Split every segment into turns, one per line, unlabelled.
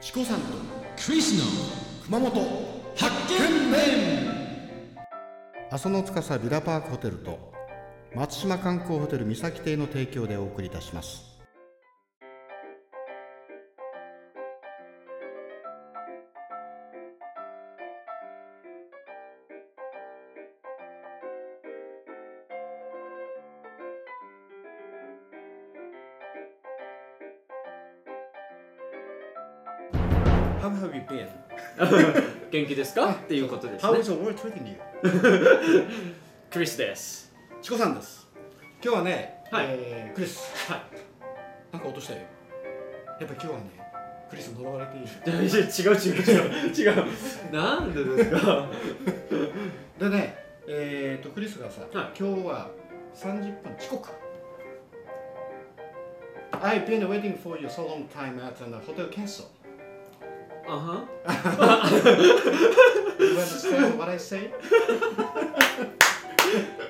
チコさんとクリスの熊本発見面
阿蘇の司ビラパークホテルと松島観光ホテル三崎邸の提供でお送りいたします
ハブハブペ
元気ですかっていうことです
How
ね
is the world treating you?
クリスです
チコさんです今日はね、
はい
えークリス
はい
なんか落としたよやっぱ今日はねクリス呪われている
いやいや違う違う違う違うなんでです か
でねえー、とクリスがさ、
い
今日は30分遅刻 I've been waiting for you so long time at an hotel cancel
あは
You understand what I say?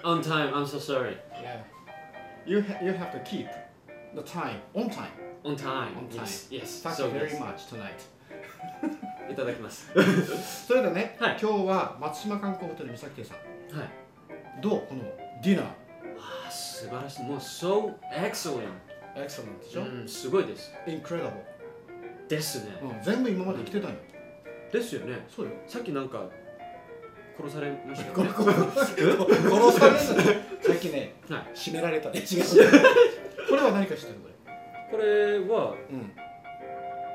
On time I'm so sorry
Yeah You, ha- you have to keep the time on time
On time
On time.
Yes Yes
Thank
So
you very
yes.
much tonight
いただきます
それでね、
はい
今日は松島観光ホテル三崎亭さん
はい
どうこのディナ
あー素晴らしいもう So excellent
ーエクセレントでしょ、
うんすごいです
インクレダ
ですね
ブル、うん、全部今まで生きてたんよ
ですよね
そうよ
さっきなんか殺されましたよ
殺
ね
されたねさっきね
はい
締められたね違うこれは何か知ってるこ
これは
れうん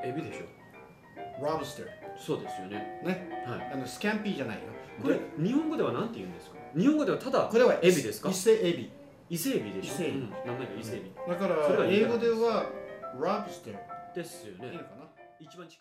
エビでしょ
ラブスター
そうですよね
ね
はい
あのスキャンピーじゃないよ
これ日本語ではなんて言うんですか日本語ではただ
これは
エビですか
伊勢エビ
伊勢エビでしょ
伊勢エビ
うん名前が伊勢エビ
だか
それ
ら
はいい
英
じゃな
語
い
ではラブスター
ですよ
いいの
ね
かな
一番近い